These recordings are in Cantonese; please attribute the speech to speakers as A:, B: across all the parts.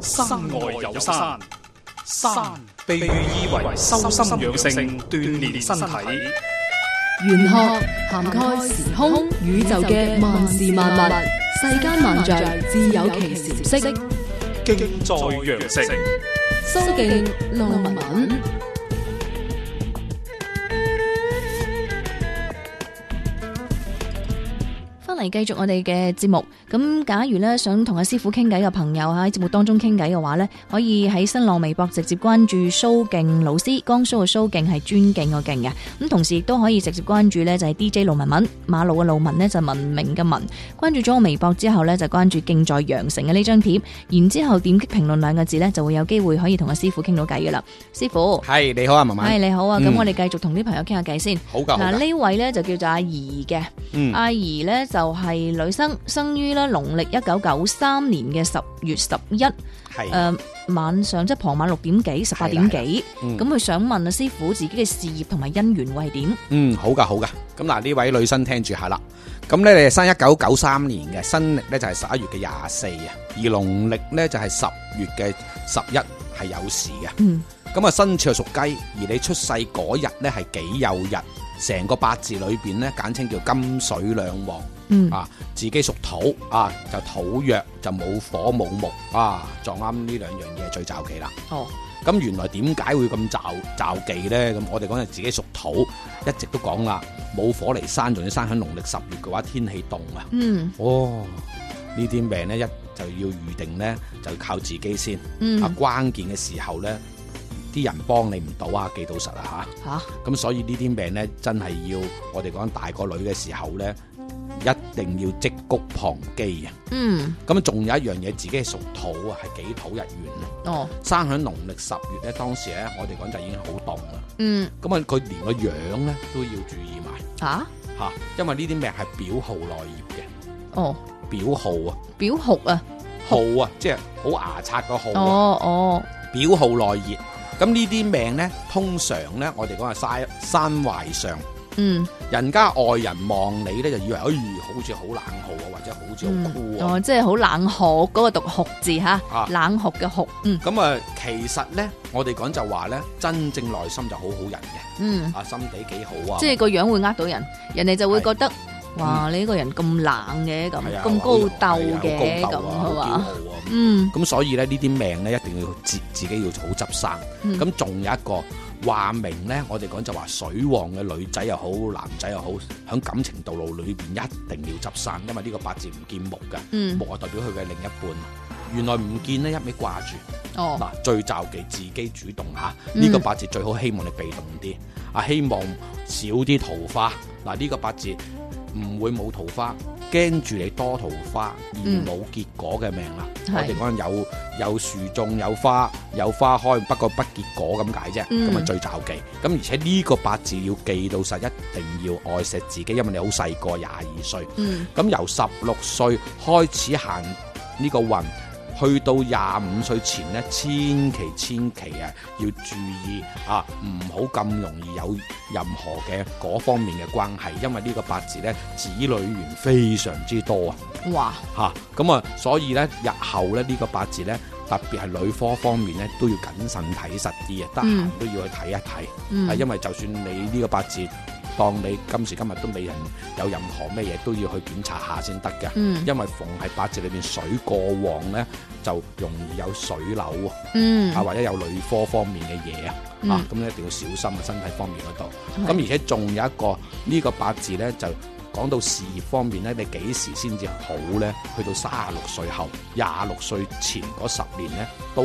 A: 山外有山，山被喻意為修心養性、鍛鍊身體。
B: 玄學涵蓋時空宇宙嘅萬事萬物，世間萬象自有其時啊色。
A: 敬在羊城，
B: 蘇敬路文。
C: 翻嚟繼續我哋嘅節目，咁假如呢，想同阿師傅傾偈嘅朋友喺節目當中傾偈嘅話呢，可以喺新浪微博直接關注蘇敬老師，江蘇嘅蘇敬係尊敬個敬嘅，咁同時亦都可以直接關注呢，就係 DJ 路文文，馬路嘅路文呢，就文明嘅文，關注咗我微博之後呢，就關注敬在羊城嘅呢張帖，然之後點擊評論兩個字呢，就會有機會可以同阿師傅傾到偈噶啦，師傅。
D: 係你好啊，文文。
C: 係你好啊，咁
D: 嗯
C: 我哋繼續同啲朋友傾下偈先。
D: 好噶，好
C: 嗱
D: 噶。
C: 呢位呢，就叫做阿怡嘅，
D: 嗯
C: 阿怡呢就係女生，生於咧農曆一九九三年嘅十月十一，
D: 哎係
C: 誒晚上即係傍晚六點幾、十八點幾，
D: 嗯
C: 咁佢想問啊師傅自己嘅事業同埋姻緣會係點？
D: 嗯，好噶，好噶。咁嗱，呢位女生聽住下啦。咁呢，你係生一九九三年嘅，新歷呢就係十一月嘅廿四啊，而農曆呢就係十月嘅十一係有時嘅。
C: 嗯，
D: 咁啊，生肖屬雞，而你出世嗰日呢係己酉日，成個八字裏邊呢，簡稱叫金水兩旺。
C: 嗯
D: 啊，自己屬土啊，就土弱就冇火冇木啊，撞啱呢兩樣嘢最罩忌啦。
C: 哦，
D: 咁原來點解會咁罩罩忌呢？咁我哋講係自己屬土，一直都講啦，冇火嚟生，仲要生喺農曆十月嘅話，天氣凍啊。
C: 嗯
D: 哦，呢啲命呢，一就要預定呢，就靠自己先。啊
C: 嗯，，
D: 關鍵嘅時候呢，啲人幫你唔到啊，記到實啊嚇。
C: 吓，
D: 咁所以呢啲病呢，真係要我哋講大個女嘅時候呢，一定要積谷防饑啊！
C: 嗯，
D: 咁仲有一樣嘢，自己係屬土啊，係己土日元啊，
C: 哦，
D: 生喺農曆十月呢，當時呢，我哋講就已經好凍啦。
C: 嗯，
D: 咁啊，佢連個樣呢都要注意埋
C: 吓，
D: 嚇、因為呢啲病係表號內業
C: 哦，
D: 嘅表號啊，
C: 表紅啊，
D: 號啊，即係好牙刷個號啊。
C: 哦哦，
D: 表號內熱。咁呢啲命呢，通常呢，我哋講係山山懷上，
C: 嗯，
D: 人家外人望你呢，就以為，哎，好似好冷酷啊，或者好似
C: 嗯
D: 好酷啊。
C: 哦，即係好冷酷嗰個讀酷字吓
D: 啊，
C: 冷酷嘅酷，嗯
D: 咁啊、其實呢，我哋講就話呢，真正內心就好好人嘅，
C: 嗯。
D: 啊，心地幾好啊。
C: 即係個樣會呃到人，人哋就會覺
D: 係嗯
C: 得哇，你呢個人咁冷嘅，咁
D: 係啊
C: 咁高鬥嘅，
D: 係啊好高鬥啊
C: 咁係
D: 好驕
C: 嘛？
D: 傲啊咁
C: 嗯
D: 咁所以咧，呢啲命咧一定要自自己要好執生。
C: 嗯
D: 咁仲、有一個話明咧，我哋講就話水旺嘅女仔又好，男仔又好，喺感情道路裏邊一定要執生，因為呢個八字唔見木嘅，
C: 嗯
D: 木，係代表佢嘅另一半。原來唔見呢，一味掛住
C: 哦，
D: 嗱，最罩忌自己主動嚇，呢、
C: 嗯
D: 個八字最好希望你被動啲，啊希望少啲桃花。嗱、呢、個八字唔會冇桃花，驚住你多桃花而
C: 嗯
D: 冇結果嘅命啦。
C: 係
D: 我哋講有有樹種有花有花開，不過不結果咁解啫。
C: 嗯
D: 咁啊、最罩忌。咁而且呢個八字要記到實，一定要愛錫自己，因為你好細個，廿二歲。
C: 嗯
D: 咁由十六歲開始行呢個運，去到廿五歲前呢，千祈千祈啊，要注意啊，唔好咁容易有任何嘅嗰方面嘅關係，因為呢個八字呢，子女緣非常之多啊，
C: 哇，
D: 嚇咁啊，所以呢，日後呢，呢個八字呢，特別係女科方面呢，都要謹慎睇實啲啊，得閒
C: 嗯
D: 都要去睇一睇。
C: 嗯
D: 係因為就算你呢個八字，當你今時今日都未人有任何咩嘢，都要去檢查下先得嘅。
C: 嗯
D: 因為逢係八字裏邊水過旺呢，就容易有水瘤啊，
C: 嗯
D: 啊或者有女科方面嘅嘢啊，
C: 嗯
D: 啊咁你一定要小心啊，身體方面嗰度。
C: 係
D: 咁而且仲有一個呢、個八字呢，就講到事業方面呢，你幾時先至好呢？去到三十六歲後，廿六歲前嗰十年呢，都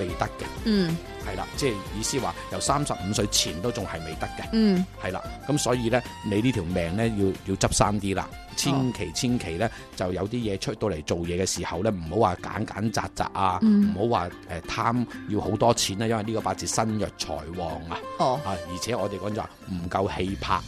D: 未得嘅。
C: 嗯
D: 係啦，即係意思話由三十五歲前都仲係未得嘅，
C: 嗯
D: 係啦，咁所以呢，你呢條命呢，要要執生啲啦，千
C: 哦
D: 祈千祈呢，就有啲嘢出到嚟做嘢嘅時候呢，唔好話揀揀擇擇啊，
C: 嗯
D: 唔好話誒貪要好多錢啊，因為呢個八字身弱財旺啊，
C: 哦，
D: 啊而且我哋講就話唔夠氣魄啊，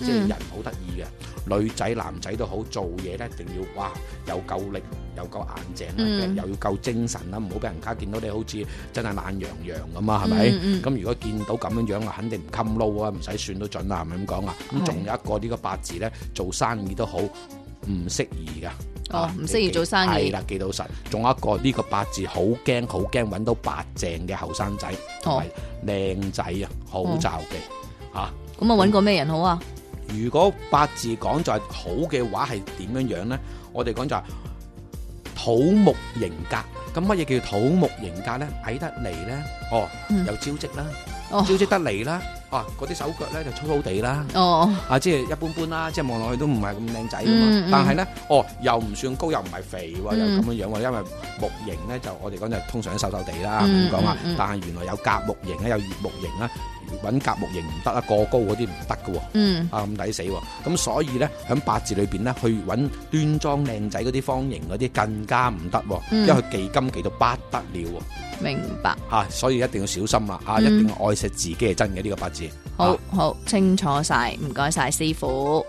C: 嗯
D: 即係人好得意嘅，女仔男仔都好做嘢呢，一定要哇有夠力。有夠硬淨啦，啊
C: 嗯
D: 又要夠精神啊啦，唔好俾人家見到你好似真係懶洋洋咁啊，係咪？
C: 嗯嗯
D: 咁如果見到咁樣樣啊，肯定唔襟撈啊，唔使算都準啦，係咪咁講啊？咁
C: 係
D: 仲有一個呢個八字呢，做生意都好唔適宜噶，
C: 哦
D: 啊
C: 唔適宜做生意
D: 係啦，記到神。仲有一個呢、個八字好驚，好驚揾到白淨嘅後生仔同埋靚仔啊，好
C: 哦
D: 罩忌啊！
C: 咁啊揾個咩人好啊？
D: 如果八字講就係好嘅話，係點樣樣呢？我哋講就係土木型格。咁乜嘢叫土木型格呢？矮得嚟呢，哦，
C: 嗯
D: 有招積啦，
C: 哦
D: 招積得嚟啦，啊，嗰啲手腳呢就粗粗地啦。
C: 哦，
D: 啊，即係一般般啦，即係望落去都唔係咁靚仔噶嘛。
C: 嗯嗯
D: 但係咧，哦，又唔算高，又唔係肥喎，又
C: 嗯
D: 咁樣樣喎。因為木型咧，就我哋講就通常都瘦瘦地啦，
C: 嗯
D: 咁講啊
C: 嗯嗯。
D: 但係原來有甲木型咧，有乙木型啦，揾甲木型唔得啦，過高嗰啲唔得噶喎。
C: 嗯，
D: 啊咁抵死喎！咁所以呢，喺八字裏邊呢，去揾端莊靚仔嗰啲方形嗰啲更加唔得喎，
C: 嗯
D: 因為佢忌金忌到不得了喎，
C: 明白，
D: 啊，所以一定要小心啊！啊，
C: 嗯
D: 一定要愛惜自己係真嘅呢、個八字。
C: 好
D: 啊
C: 好清楚晒，唔該晒師傅。